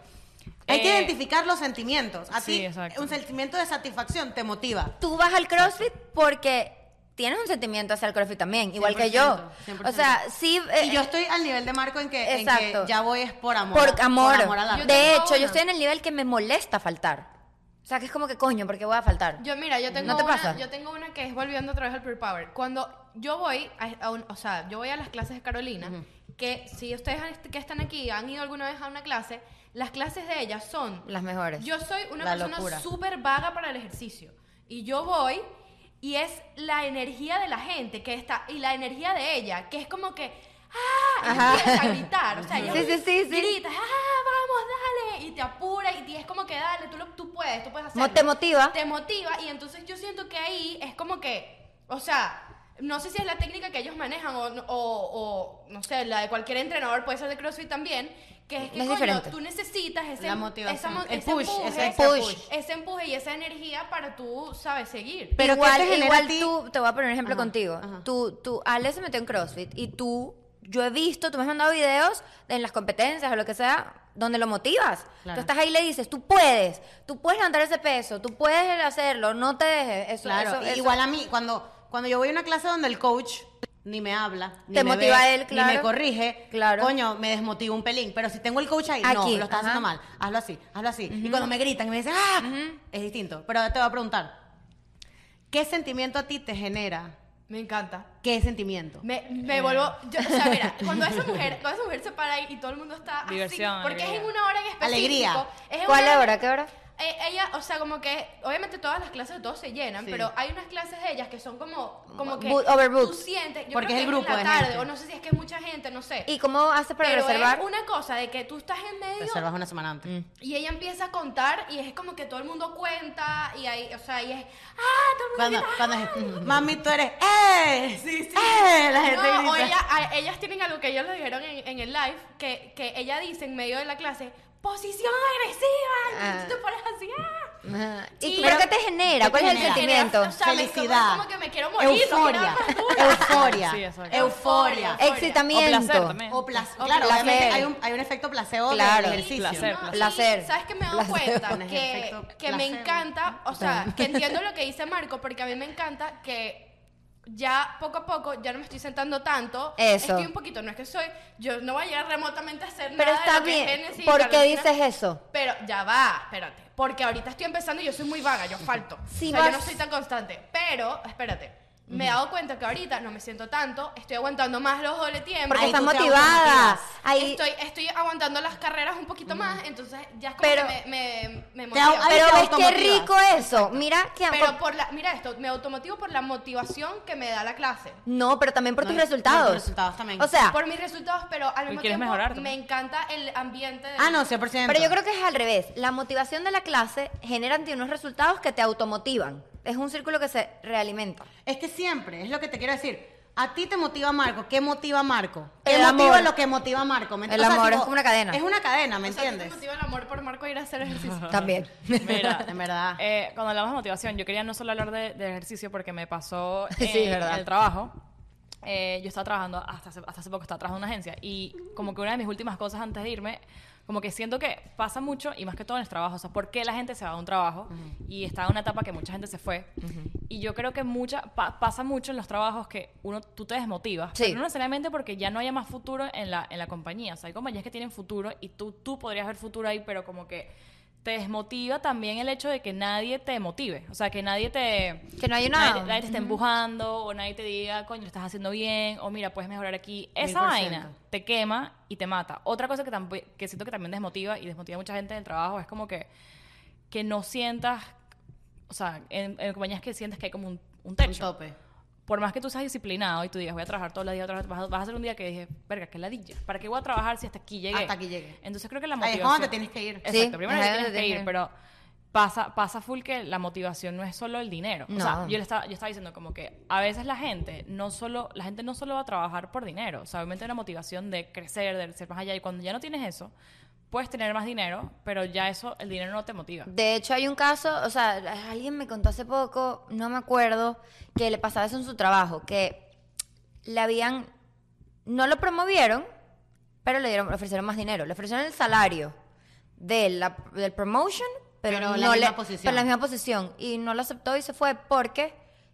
Hay que
eh,
identificar los sentimientos. A
sí,
ti,
exacto.
un sentimiento de satisfacción te motiva.
tú vas al CrossFit porque tienes un sentimiento hacia el CrossFit también, igual que yo.
100%,
O sea, sí. eh,
Y yo estoy al nivel de Marco en que, en que
Exacto.
ya voy es por amor.
por amor.
al arte.
Yo
de
tengo
hecho, yo
una.
estoy en el nivel que me molesta faltar. O sea, que es como que coño, porque voy a faltar.
Yo mira, yo tengo
¿No te
una,
pasa?
yo tengo una que es volviendo otra vez al Pure Power. Cuando yo voy a, a un- o sea, yo voy a las clases de Carolina, que si ustedes han est- que están aquí han ido alguna vez a una clase, las clases de ellas son
Las mejores.
Yo soy una
La locura.
persona súper vaga para el ejercicio y yo voy y es la energía de la gente que está y la energía de ella, que es como que ¡Ah!
Ajá.
y empieza a gritar, o sea, ella
Sí, sí, sí, sí.
gritas, ¡ah, vamos, dale! Y te apura y es como que dale, tú, lo, tú puedes, tú puedes
Mo-
hacerlo.
te motiva.
Te motiva y entonces yo siento que ahí es como que, o sea, no sé si es la técnica que ellos manejan o, o, o, no sé, la de cualquier entrenador, puede ser de CrossFit también, que es que
Es
coño,
diferente.
tú necesitas ese, em,
La motivación,
esa mo-
el
ese
push,
empuje,
ese
extra push.
ese empuje y esa energía para tú, sabes, seguir.
Pero ¿qué
igual,
te genera
igual
a ti?
tú, te voy a poner un ejemplo
Ajá,
contigo.
ajá.
Tú, tú, Ale se metió en CrossFit y tú, yo he visto, tú me has mandado videos de en las competencias o lo que sea, donde lo motivas.
Claro.
Tú estás ahí y le dices, tú puedes, tú puedes levantar ese peso, tú puedes hacerlo, no te dejes. Eso,
Claro,
eso- eso-
igual a mí, cuando, cuando yo voy a una clase donde el coach ni me habla, ni
Te
me
motiva
ve,
él,
ni me
claro.
corrige,
Claro.
coño, me desmotiva un pelín. Pero si tengo el coach ahí,
Aquí,
no, lo estás
ajá.
haciendo mal, hazlo así, hazlo así. Y cuando me gritan y me dicen, ¡ah! Es distinto. Pero te voy a preguntar, ¿qué sentimiento a ti te genera?
Me encanta.
¿Qué sentimiento?
Me,
Eh.
me vuelvo, yo- o sea, mira, cuando esa mujer, cuando esa mujer se para ahí y todo el mundo está así,
Diversión,
porque es en
alegría.
una hora en específico.
Alegría.
es en
¿Cuál
una
hora? ¿Qué hora?
Eh, ella, o sea, como que, obviamente todas las clases de todos se llenan,
Sí.
pero hay unas clases de ellas que son como, como que
Bu- overbooked.
tú sientes, yo
Porque
creo
es el
que
grupo
en
de
la tarde,
gente.
o no sé si es que es mucha gente, no sé.
¿Y cómo haces para
pero
reservar?
es una cosa de que tú estás en medio
Reservas una semana antes.
Mm.
y ella empieza a contar y es como que todo el mundo cuenta y ahí, o sea, y es, ah, todo el mundo
Cuando,
grita,
cuando
"Ah".
es, mami, tú eres, ¡eh!
Sí, sí.
¡eh! La gente
No, o
grita.
ella- a- ellas tienen algo que ellos lo dijeron en, en el live, que, que ella dice en medio de la clase, posición agresiva,
Ah.
y tú te pones así, ah.
Ajá. ¿Y
Y-
pero qué te genera?
¿Qué
¿Cuál
te
es el
genera?
sentimiento?
O sea, me-
Felicidad.
como que me quiero morir, no quiero
Euforia.
dar más
Euforia.
Sí, exacto.
euforia.
Euforia.
O placer
Excitamiento.
también.
O placer.
Eh, O
Claro,
placer.
obviamente hay un, hay un efecto placebo
Claro.
del ejercicio.
Placer.
No, sí,
placer.
¿Sabes que me he dado
Placer.
cuenta?
Placer,
Que,
efecto
que me
placer.
encanta, o sea, que entiendo lo que dice Marco, porque a mí me encanta que ya poco a poco ya no me estoy sentando tanto.
Eso.
Estoy un poquito, no es que soy, yo no voy a llegar remotamente a hacer nada.
Pero
de
está
lo que
bien.
es Genesis y
¿Por qué
Carolina.
dices eso?
Pero ya va, espérate. Porque ahorita estoy empezando y yo soy muy vaga, yo falto.
Si
o sea, yo
vas-
no soy tan constante. Pero, espérate. Me he dado cuenta que ahorita no me siento tanto, estoy aguantando más los doble tiempo.
Porque
Ahí
estás
tú te
motivada.
automotivas.
Ahí,
Estoy, estoy aguantando las carreras un poquito más, entonces ya es como
Pero-
que me, me, me
Te au-
motiva.
ahí
pero
te
ves qué
automotivas.
rico eso. Mira que
Pero por la, mira esto, me automotivo por la motivación que me da la clase.
No, pero también por
No,
tus
no,
resultados.
por los resultados también.
O sea,
Por mis resultados, pero al mismo
quieres
tiempo
mejorar
me
también.
encanta el ambiente de...
Ah, no, 100%.
pero yo creo que es al revés. La motivación de la clase genera en ti unos resultados que te automotivan. Es un círculo que se realimenta.
Es que siempre, es lo que te quiero decir. A ti te motiva Marco. ¿Qué motiva Marco? ¿Qué
El
motiva
amor.
lo que motiva Marco? ¿Me ent-
El amor, es como una cadena.
Es una cadena, ¿me
O sea, a ti te
entiendes?
motiva el amor por Marco a ir a hacer ejercicio.
También.
Mira,
En verdad.
eh, cuando hablamos de motivación, yo quería no solo hablar de, de ejercicio porque me pasó
Sí,
en
es verdad.
el trabajo. Eh, yo estaba trabajando, hasta hace, hasta hace poco estaba trabajando en una agencia y como que una de mis últimas cosas antes de irme, como que siento que pasa mucho y más que todo en los trabajos, o sea, ¿por qué la gente se va a un trabajo? Y está en una etapa que mucha gente se fue. Y yo creo que mucha, pa- pasa mucho en los trabajos que uno, tú te desmotivas,
Sí.
pero no necesariamente porque ya no haya más futuro en la, en la compañía. O sea, hay compañías que tienen futuro y tú, tú podrías ver futuro ahí, pero como que te desmotiva también el hecho de que nadie te motive. O sea, que nadie te...
Que no hay una-
Nadie, nadie te esté empujando o nadie te diga, coño, lo estás haciendo bien o mira, puedes mejorar aquí. Esa
1000%.
vaina te quema y te mata. Otra cosa que, tampo- que siento que también desmotiva y desmotiva a mucha gente del trabajo es como que, que no sientas... O sea, en, en compañías que sientes que hay como un, un
Un
techo
tope.
por más que tú seas disciplinado y tú digas, voy a trabajar todos los días, otra vez", vas, a- vas a hacer un día que dije, verga, qué ladilla, ¿para qué voy a trabajar si hasta aquí llegué?
Hasta aquí llegué.
Entonces creo que la
Ahí es
motivación...
donde tienes que ir.
Exacto,
Sí,
primero
ahí
te
es
tienes
donde
que ir,
tienes que
pero pasa, pasa full que la motivación no es solo el dinero. O sea,
No.
yo, le estaba, yo estaba diciendo como que a veces la gente no solo, la gente no solo va a trabajar por dinero, o sea, obviamente hay una motivación de crecer, de ser más allá, y cuando ya no tienes eso, puedes tener más dinero, pero ya eso, el dinero no te motiva.
De hecho, hay un caso, o sea, alguien me contó hace poco, no me acuerdo, que le pasaba eso en su trabajo, que le habían, no lo promovieron, pero le dieron, le ofrecieron más dinero, le ofrecieron el salario de la, del promotion, pero,
Pero
no
la misma
le-
posición.
pero la misma posición, y no lo aceptó y se fue porque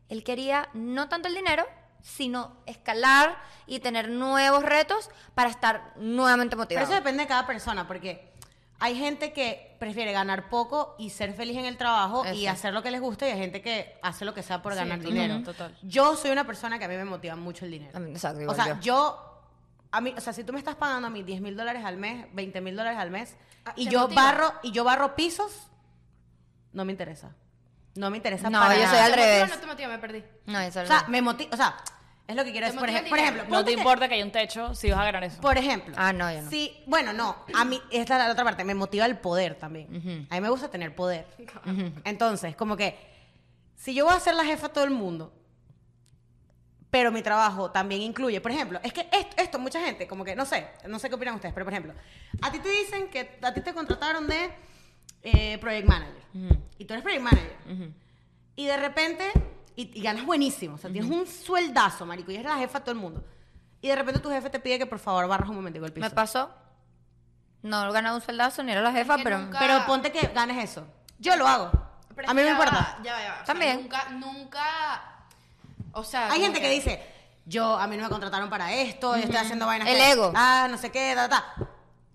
él quería no tanto el dinero, sino escalar y tener nuevos retos para estar nuevamente
Pero
motivado.
eso depende de cada persona, porque hay gente que prefiere ganar poco y ser feliz en el trabajo y
Eso.
hacer lo que les gusta y hay gente que hace lo que sea por
Sí,
ganar
total,
dinero.
total.
Yo soy una persona que a mí me motiva mucho el dinero.
A mí- exacto,
o
igual
sea,
yo.
yo... A mí, o sea, si tú me estás pagando a mí 10 mil dólares al mes, 20 mil dólares al mes,
Ah,
y
¿te
yo
motiva?
barro y yo barro pisos, no me interesa. No me interesa
No,
para
yo soy
nada.
al
¿Te motiva
revés.
o No te motiva, me perdí.
No, eso
O
no.
sea, me motiva... O sea, es lo que quiero
¿Te
decir. Por,
motiva
ej-
el
por
dinero?
ejemplo,
No
ponte
te
que-
importa que haya un techo si vas a ganar eso.
Por ejemplo.
Ah, no, yo no.
Sí, bueno, no. A mí, esta es la otra parte. Me motiva el poder también. A mí me gusta tener poder. Entonces, como que, si yo voy a ser la jefa de todo el mundo, pero mi trabajo también incluye, por ejemplo, es que esto, esto mucha gente, como que, no sé, no sé qué opinan ustedes, pero por ejemplo, a ti te dicen que a ti te contrataron de eh, project manager. Y tú eres project manager. Y de repente, y, y ganas buenísimo, o sea, tienes un sueldazo, marico, y eres la jefa de todo el mundo. Y de repente tu jefe te pide que por favor barras un momentico el piso.
Me pasó. No ganaba un soldazo ni era la jefa,
que
pero.
nunca-
Pero ponte que ganes eso. Yo lo hago.
Pero
a mí no
es que
me
ya
importa.
va, ya va, ya va. O sea,
También.
nunca, nunca... O sea...
Hay
como
gente que dice, yo, a mí no me contrataron para esto, yo estoy haciendo vainas.
El
que-
ego.
Ah, no sé qué, ta, ta.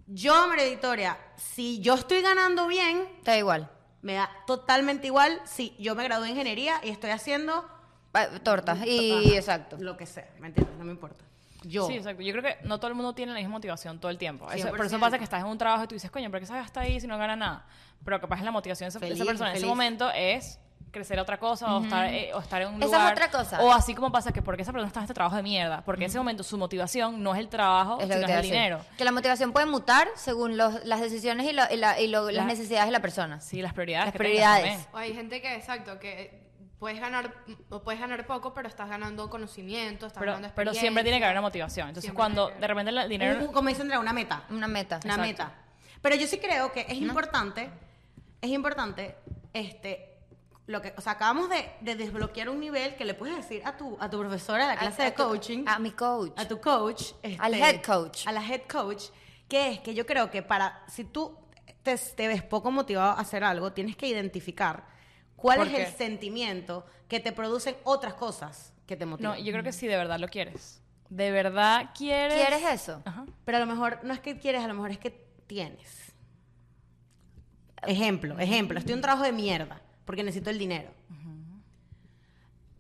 Yo, María Victoria, si yo estoy ganando bien,
Está igual.
me da totalmente igual si yo me gradué de ingeniería y estoy haciendo Ah,
Pa- Tortas. Y exacto.
lo que sea, ¿me entiendes? No me importa. Yo.
Sí, exacto. Yo creo que no todo el mundo tiene la misma motivación todo el tiempo. Eso- por
100%.
eso pasa que estás en un trabajo y tú dices, coño, ¿por qué sabes hasta ahí si no gana nada? Pero capaz la motivación de esa,
Feliz,
esa persona en
feliz.
ese momento es crecer a otra cosa o, estar, eh, o estar en un
Esa es
lugar.
otra cosa.
O así como pasa que porque esa persona está en este trabajo de mierda, porque en ese momento su motivación no es el trabajo,
Es lo que
sino
te
es
iba a
el
decir.
dinero.
Que la motivación puede mutar según los- las decisiones y, lo- y la- y lo- las
La-
necesidades de la persona.
Sí, las prioridades.
Las
que tengas
prioridades.
también.
O hay gente que, exacto, que puedes ganar o puedes ganar poco, pero estás ganando conocimiento, estás
Pero,
ganando
pero siempre tiene que haber una motivación. Entonces,
Siempre
cuando
tiene que
de repente el dinero.
Un- un- como dice Andrea, una meta.
Una meta.
Una meta. Pero yo sí creo que es importante, es importante, este, lo que, o sea, acabamos de, de desbloquear un nivel que le puedes decir a tu, a tu profesora de la clase
A- a
de
tu-
coaching,
A mi coach.
a tu coach,
Al
este,
head coach.
a la head coach, que es que yo creo que para, si tú te, te ves poco motivado a hacer algo, tienes que identificar cuál
¿Por
es
qué?
el sentimiento que te producen otras cosas que te motivan.
No, yo creo que si de verdad lo quieres. De verdad quieres.
¿Quieres eso?
Ajá.
Pero a lo mejor no es que quieres, a lo mejor es que tienes. Ejemplo, ejemplo. Estoy en un trabajo de mierda porque necesito el dinero.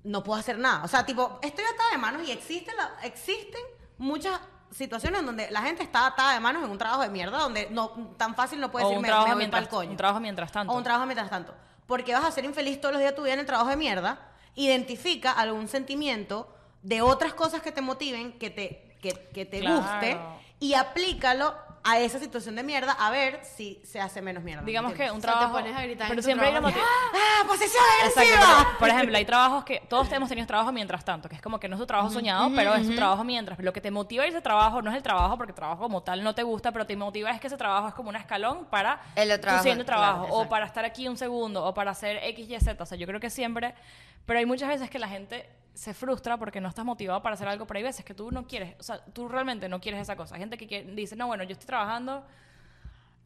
no puedo hacer nada. O sea, tipo, estoy atada de manos y existen, la- existen muchas situaciones en donde la gente está atada de manos en un trabajo de mierda donde no tan fácil no puede
O
decir
un
me,
trabajo
me voy
mientras-
pa'l coño.
un trabajo mientras tanto.
O un trabajo mientras tanto. Porque vas a ser infeliz todos los días de tu vida en el trabajo de mierda. Identifica algún sentimiento de otras cosas que te motiven, que te, que, que te
Claro.
guste y aplícalo a esa situación de mierda a ver si se hace menos mierda.
Digamos que
¿entiendes?
un
sea, te
trabajo.
pones a gritar en
pero
tu
siempre hay una
trabajo.
motivación.
¡Ah, posesión
Exacto,
agresiva!
pero, por ejemplo, hay trabajos que todos hemos tenido trabajo mientras tanto, que es como que no es tu trabajo soñado, pero es tu trabajo mientras. Lo que te motiva a ese trabajo no es el trabajo, porque el trabajo como tal no te gusta, pero te motiva es que ese trabajo es como un escalón para
El otro
tu
trabajo,
siguiente
claro,
trabajo, o
exacto.
para estar aquí un segundo, o para hacer X, Y, Z. O sea, yo creo que siempre, pero hay muchas veces que la gente se frustra porque no estás motivado para hacer algo, pero hay veces que tú no quieres, o sea, tú realmente no quieres esa cosa. Hay gente que quiere- dice, no, bueno, yo estoy trabajando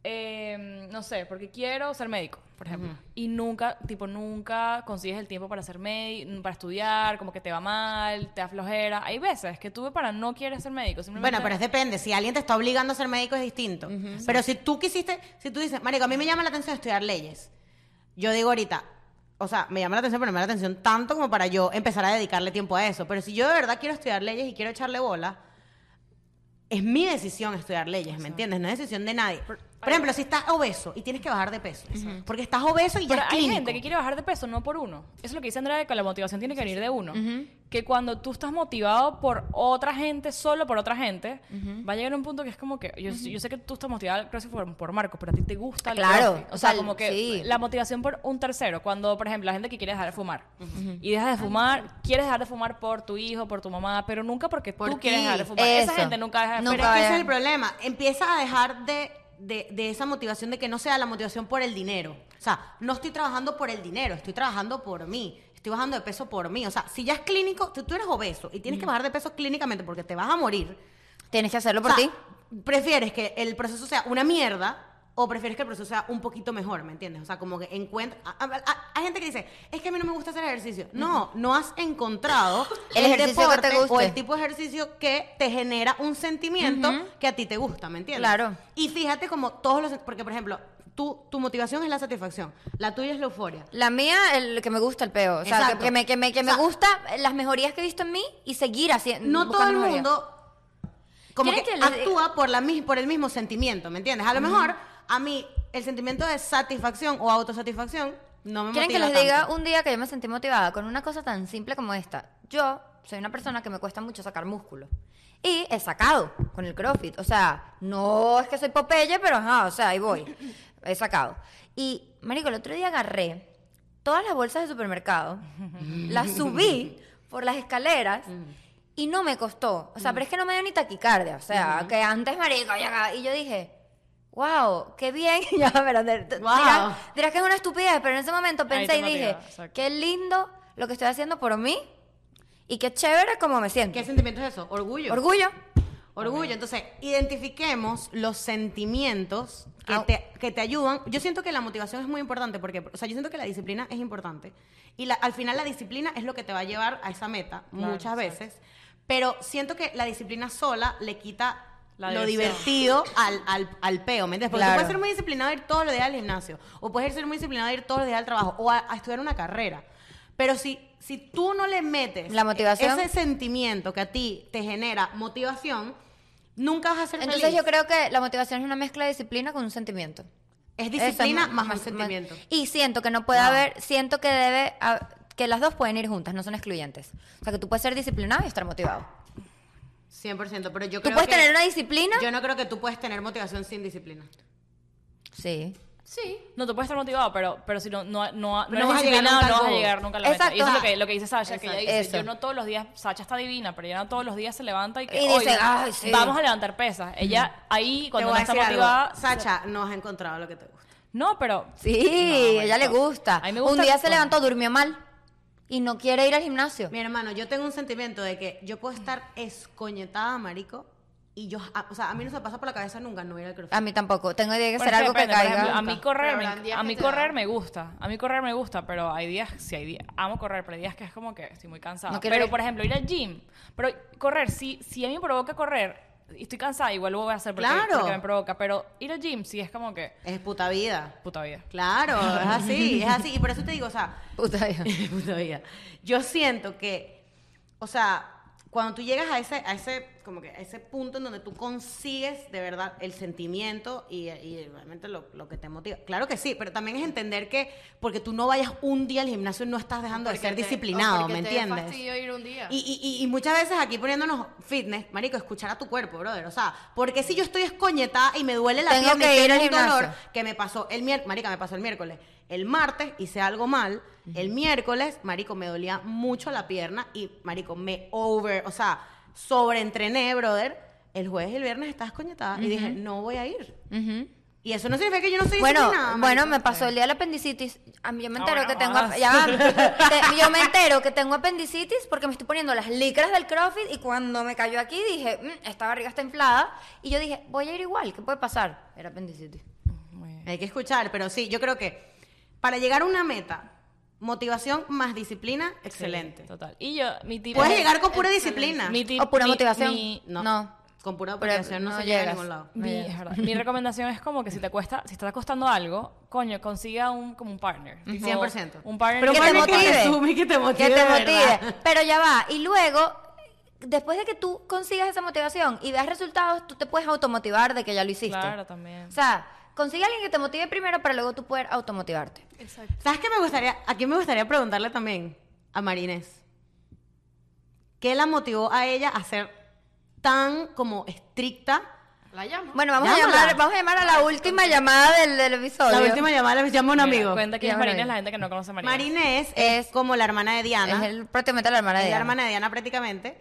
eh, no sé, porque quiero ser médico, por ejemplo. Y nunca, tipo, nunca consigues el tiempo para ser médico, para estudiar, como que te va mal, te da flojera. Hay veces que tú para no quieres ser médico, simplemente...
Bueno, pero es depende. Si alguien te está obligando a ser médico es distinto. Pero si tú quisiste, si tú dices, Marico, a mí me llama la atención estudiar leyes. Yo digo ahorita, o sea, me llama la atención, pero no me llama la atención tanto como para yo empezar a dedicarle tiempo a eso. Pero si yo de verdad quiero estudiar leyes y quiero echarle bola, es mi decisión estudiar leyes, ¿me entiendes? No es decisión de nadie. Por ejemplo, si estás obeso y tienes que bajar de peso, porque estás obeso y ya
Pero
es
hay
clínico.
gente que quiere bajar de peso, no por uno. Eso es lo que dice Andrea, de que la motivación tiene que venir de uno. Que cuando tú estás motivado por otra gente, solo por otra gente, va a llegar un punto que es como que. Yo, yo sé que tú estás motivado al CrossFit por, por Marco, pero a ti te gusta el
Claro,
CrossFit. O
o
sea,
sea,
como que
sí.
la motivación por un tercero. Cuando, por ejemplo, la gente que quiere dejar de fumar y deja de fumar, quieres dejar de fumar por tu hijo, por tu mamá, pero nunca porque
Por
tú quieres
ti,
dejar de fumar. Esa
eso.
gente nunca deja de
Nunca
Pero es
fumar.
que ese
vayan.
es el problema. Empieza a dejar de, de- de esa motivación de que no sea la motivación por el dinero. O sea, no estoy trabajando por el dinero, estoy trabajando por mí. Estoy bajando de peso por mí. O sea, si ya es clínico, tú, tú eres obeso y tienes que bajar de peso clínicamente porque te vas a morir.
Tienes que hacerlo
O
por
sea,
ti.
¿Prefieres que el proceso sea una mierda? ¿O prefieres que el proceso sea un poquito mejor? ¿Me entiendes? O sea, como que encuentra... a- a- a- Hay gente que dice, es que a mí no me gusta hacer ejercicio. No, no has encontrado
El ejercicio que te guste.
o el tipo de ejercicio que te genera un sentimiento que a ti te gusta, ¿me entiendes?
Claro.
Y fíjate como todos los... Porque, por ejemplo, tú, tu motivación es la satisfacción. La tuya es la euforia.
La mía, el que me gusta el peo. O sea,
Exacto.
que, que me, que, me, que
O
me
sea,
gusta las mejorías que he visto en mí y seguir haciendo.
no todo
buscando
el
mejorías.
mundo como que,
¿Quieren que les diga?
actúa por, la, mis- por el mismo sentimiento, ¿me entiendes? A lo mejor a mí el sentimiento de satisfacción o autosatisfacción no me
¿Quieren que
motiva
les diga
tanto.
un día que yo me sentí motivada con una cosa tan simple como esta? Yo soy una persona que me cuesta mucho sacar músculo. Y he sacado con el CrossFit. O sea, no es que soy Popeye, pero ajá, o sea, ahí voy. He sacado. Y, marico, el otro día agarré todas las bolsas de supermercado, las subí por las escaleras y no me costó. O sea, pero es que no me dio ni taquicardia. O sea, que antes, marico, llegaba- y yo dije... Wow, qué bien. ya, pero de- de-
Guau.
dirás- dirás que es una estupidez, pero en ese momento
Ahí
pensé
te
y
motiva,
dije,
exacto.
qué lindo lo que estoy haciendo por mí y qué chévere como me siento.
¿Qué sentimiento es eso? Orgullo.
Orgullo.
Orgullo. Entonces, identifiquemos los sentimientos que
Au.
te, que te ayudan. Yo siento que la motivación es muy importante porque, o sea, yo siento que la disciplina es importante. Y la- al final la disciplina es lo que te va a llevar a esa meta muchas veces. Pero siento que la disciplina sola le quita
La
lo
diversión.
divertido al, al, al peo, ¿me entiendes? Porque tú
Claro.
puedes ser muy disciplinado a ir todos los días al gimnasio, o puedes ser muy disciplinado a ir todos los días al trabajo, o a, a estudiar una carrera. Pero si, si tú no le metes
La motivación.
ese sentimiento que a ti te genera motivación, nunca vas a ser
Entonces
feliz.
yo creo que la motivación es una mezcla de disciplina con un sentimiento.
es
Eso es
disciplina
mu-
más, un sentimiento.
Y siento que no puede
Wow.
haber, siento que debe, a- que las dos pueden ir juntas, no son excluyentes. O sea, que tú puedes ser disciplinado y estar motivado.
100%, pero yo
Tú
creo
puedes
que-
tener una disciplina.
Yo no creo que tú puedes tener motivación sin disciplina.
Sí.
Sí.
No, tú puedes estar motivado, pero, pero si no, no, no, no
Pero
eres
no vas a llegar nunca
disciplinado,
al
no vas a
goal.
llegar nunca a la meta.
Exacto.
Y eso es lo que, lo que dice Sasha, que ella dice,
Exacto.
yo no todos los días, Sasha está divina, pero ella no todos los días se levanta y que
Y
hoy
dice, "Ay, sí".
vamos a levantar pesas. Ella ahí, cuando
te
no
voy
está
a decir
motivada...
algo. Sacha, no has encontrado lo que te gusta.
No, pero...
Sí,
No,
ella le
marico.
gusta.
A mí me gusta
Un día
que-
se levantó, durmió mal y no quiere ir al gimnasio.
Mi hermano, yo tengo un sentimiento de que yo puedo estar escoñetada, marico, y yo, a- o sea, a mí no se me pasa por la cabeza nunca no ir al CrossFit.
A mí tampoco. Tengo idea que
Bueno,
será algo que
depende, por
caiga.
ejemplo, a mí correr,
Pero
me,
habrán días
a
que
mí
te
correr
da.
me gusta. A mí correr me gusta, pero hay días, sí hay días. Amo correr, pero hay días que es como que estoy muy cansada.
No quiero
pero,
ir.
por ejemplo, ir al gym. Pero correr, si, si a mí me provoca correr, y estoy cansada, igual lo voy a hacer porque,
Claro.
porque me provoca. Pero ir al gym sí es como que
Es puta vida.
puta vida.
Claro, es así, es así. Y por eso te digo, o sea,
Puta vida.
puta vida. Yo siento que, o sea, cuando tú llegas a ese, a ese, como que a ese punto en donde tú consigues de verdad el sentimiento y, y realmente lo, lo que te motiva. Claro que sí, pero también es entender que porque tú no vayas un día al gimnasio no estás dejando de
Porque
ser
te- o
disciplinado,
porque
¿me
te dé
entiendes?
fastidio ir un día.
Y, y- y- y muchas veces aquí poniéndonos fitness, marico, escuchar a tu cuerpo, brother. O sea, porque si yo estoy escoñetada y me duele la
Tengo
pierna y
que ir
tengo
al
un
gimnasio.
dolor que me pasó el miércoles, marica, me pasó el miércoles. El martes hice algo mal. El miércoles, marico, me dolía mucho la pierna y, marico, me over, o sea, sobreentrené, brother. El jueves y el viernes estaba escoñetada y dije, no voy a ir.
Ujú.
Y eso no significa que yo no soy
Bueno,
disciplinada,
bueno,
marico.
me pasó el día de la apendicitis. A mí yo me
Ah,
entero
bueno,
que tengo,
ah.
ap- ya va. Te- yo me entero que tengo apendicitis porque me estoy poniendo las licras del CrossFit y cuando me cayó aquí dije, "Mm, esta barriga está inflada y yo dije, voy a ir igual, ¿qué puede pasar? Era apendicitis.
Muy bien.
Hay que escuchar, pero sí, yo creo que para llegar a una meta, motivación más disciplina, excelente.
Total. Y yo, mi tip
Puedes
es-
llegar con pura disciplina.
mi tip-
O pura
mi-
motivación.
mi-
No.
No.
Con pura
Pero
motivación no,
no
se llega a
llegas.
ningún lado.
Mi, es verdad. Mi recomendación es como que si te cuesta, si te está costando algo, coño, consiga un, como un partner. Tipo,
100%.
Un partner
Pero
que
un
te
partner
motive.
sume y que te motive.
Que te
de verdad.
motive. Pero ya va. Y luego, después de que tú consigas esa motivación y veas resultados, tú te puedes automotivar de que ya lo hiciste.
Claro, también.
O sea, consigue a alguien que te motive primero para luego tú poder automotivarte.
Exacto.
¿Sabes qué me gustaría? Aquí me gustaría preguntarle también a Marinés. ¿Qué la motivó a ella a ser tan como estricta?
La llamo.
Bueno, vamos
Llámala.
a llamar, vamos a llamar a la última llamada del, del episodio.
La última llamada le llama a un
Mira,
amigo.
Cuenta que
Ya
es
me lo
Marina, es
vi.
la gente que no conoce a Marina.
Marinés es,
Es-
como la hermana de Diana.
Es el prácticamente la hermana de
es la
Diana.
hermana de Diana prácticamente.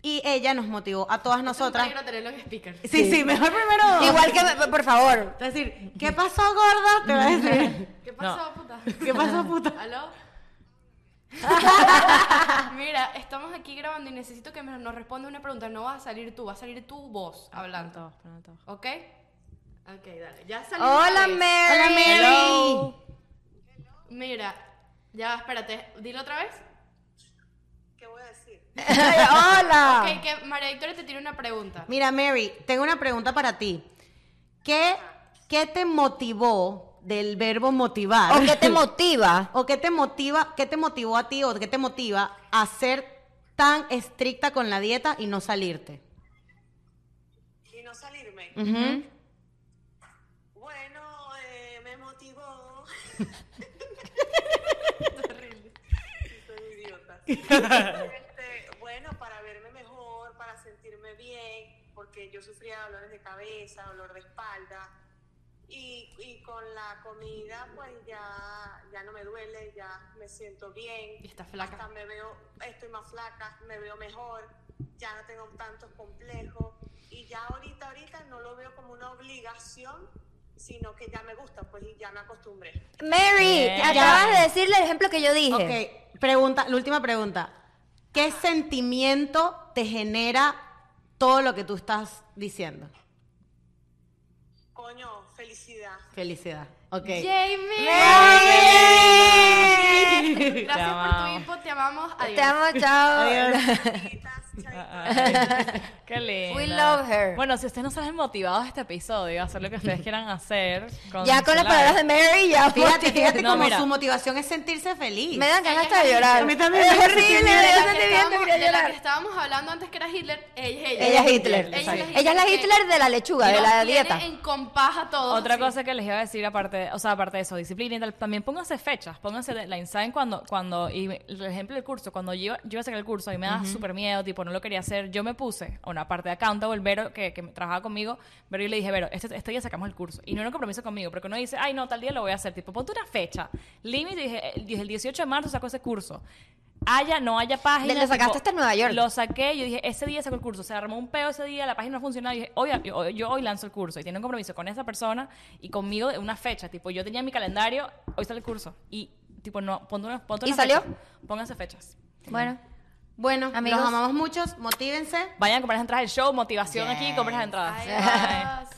Y ella nos motivó a todas nosotras.
Quiero tenerlo en speaker.
Sí, sí, mejor primero.
Igual que, por favor.
Es decir, ¿qué pasó, gorda? Te va a decir.
¿Qué pasó, puta?
¿Qué pasó, puta?
¿Aló? Mira, estamos aquí grabando y necesito que me- nos responda una pregunta. No vas a salir tú, va a salir tu voz hablando.
Todos, pero no todos.
¿Ok? Ok, dale. Ya salió. una
Hola,
vez.
Mary.
Hola, Mary.
Hello.
Mira, ya, espérate. Dilo otra vez.
Ah.
Hola.
Ok, que María Victoria te tiene una pregunta.
Mira, Mary, tengo una pregunta para ti. ¿Qué, qué te motivó del verbo motivar?
¿O qué te motiva?
¿O qué te motiva, qué te motivó a ti o qué te motiva a ser tan estricta con la dieta y no salirte?
y no salirme.
Ujú.
Bueno, eh, me motivó. Soy idiota. Este, bueno, para verme mejor, para sentirme bien, porque yo sufría dolores de cabeza, dolor de espalda. Y, y con la comida, pues ya, ya no me duele, ya me siento bien.
Y está flaca.
Hasta me veo, estoy más flaca, me veo mejor, ya no tengo tantos complejos. Y ya ahorita, ahorita no lo veo como una obligación, sino que ya me gusta, pues y ya me acostumbré.
Mary,
Bien.
acabas de decirle el ejemplo que yo dije.
Ok, pregunta, la última pregunta. ¿Qué sentimiento te genera todo lo que tú estás diciendo?
Coño, felicidad.
Felicidad. Ok.
Jamie.
Te
Gracias por tu
amamos.
info, te amamos. Adiós.
Te amo, chao.
Adiós.
Qué lindo.
We love her.
Bueno, si ustedes no salen motivados de este episodio, a hacer lo que ustedes quieran hacer.
Ya con las
su
palabras de
live.
Mary, ya.
Fíjate, fíjate
No,
cómo
mira.
su motivación es sentirse feliz.
Me dan
Ella
ganas hasta
es
de llorar.
A mí también me
Es
hace
horrible,
sentir
yo
De la, que
sentimiento,
estábamos,
quería
de la
llorar.
que estábamos hablando antes que era Hitler, ella es ella.
Ella es Hitler.
Ella es la Hitler,
Ella es la Hitler de la lechuga, de
nos
la
tiene
dieta.
en compaja todo.
Otra cosa que les iba a decir, aparte, o sea, aparte de eso, disciplina y tal, también pónganse fechas, pónganse deadlines. ¿Saben cuando, cuando, y me- el ejemplo del curso, cuando yo, yo iba a sacar el curso y me da súper miedo, tipo, no lo quería hacer, yo me puse, bueno, aparte de accountable, Vero, que, que trabajaba conmigo, Vero, y le dije, Vero, este, este día sacamos el curso. Y no era un compromiso conmigo, porque uno dice, ay, no, tal día lo voy a hacer, tipo, ponte una fecha, límite, y dije, el- dije, el 18 de marzo saco ese curso. Haya, no haya página.
Lo sacaste hasta en Nueva York.
Lo saqué, yo dije, ese día saco el curso, se armó un peo ese día, la página no funcionaba, y dije, hoy, yo, yo hoy lanzo el curso, y tiene un compromiso con esa persona y conmigo de una fecha, tipo, yo tenía mi calendario, hoy sale el curso, y tipo, no, ponte una, ponte
¿Y
una
salió?
fecha. pónganse fechas.
Bueno,
Bueno,
Amigos.
los amamos muchos, motívense.
Vayan a comprar las entradas del show, motivación aquí, compren las entradas.
Ay, Dios.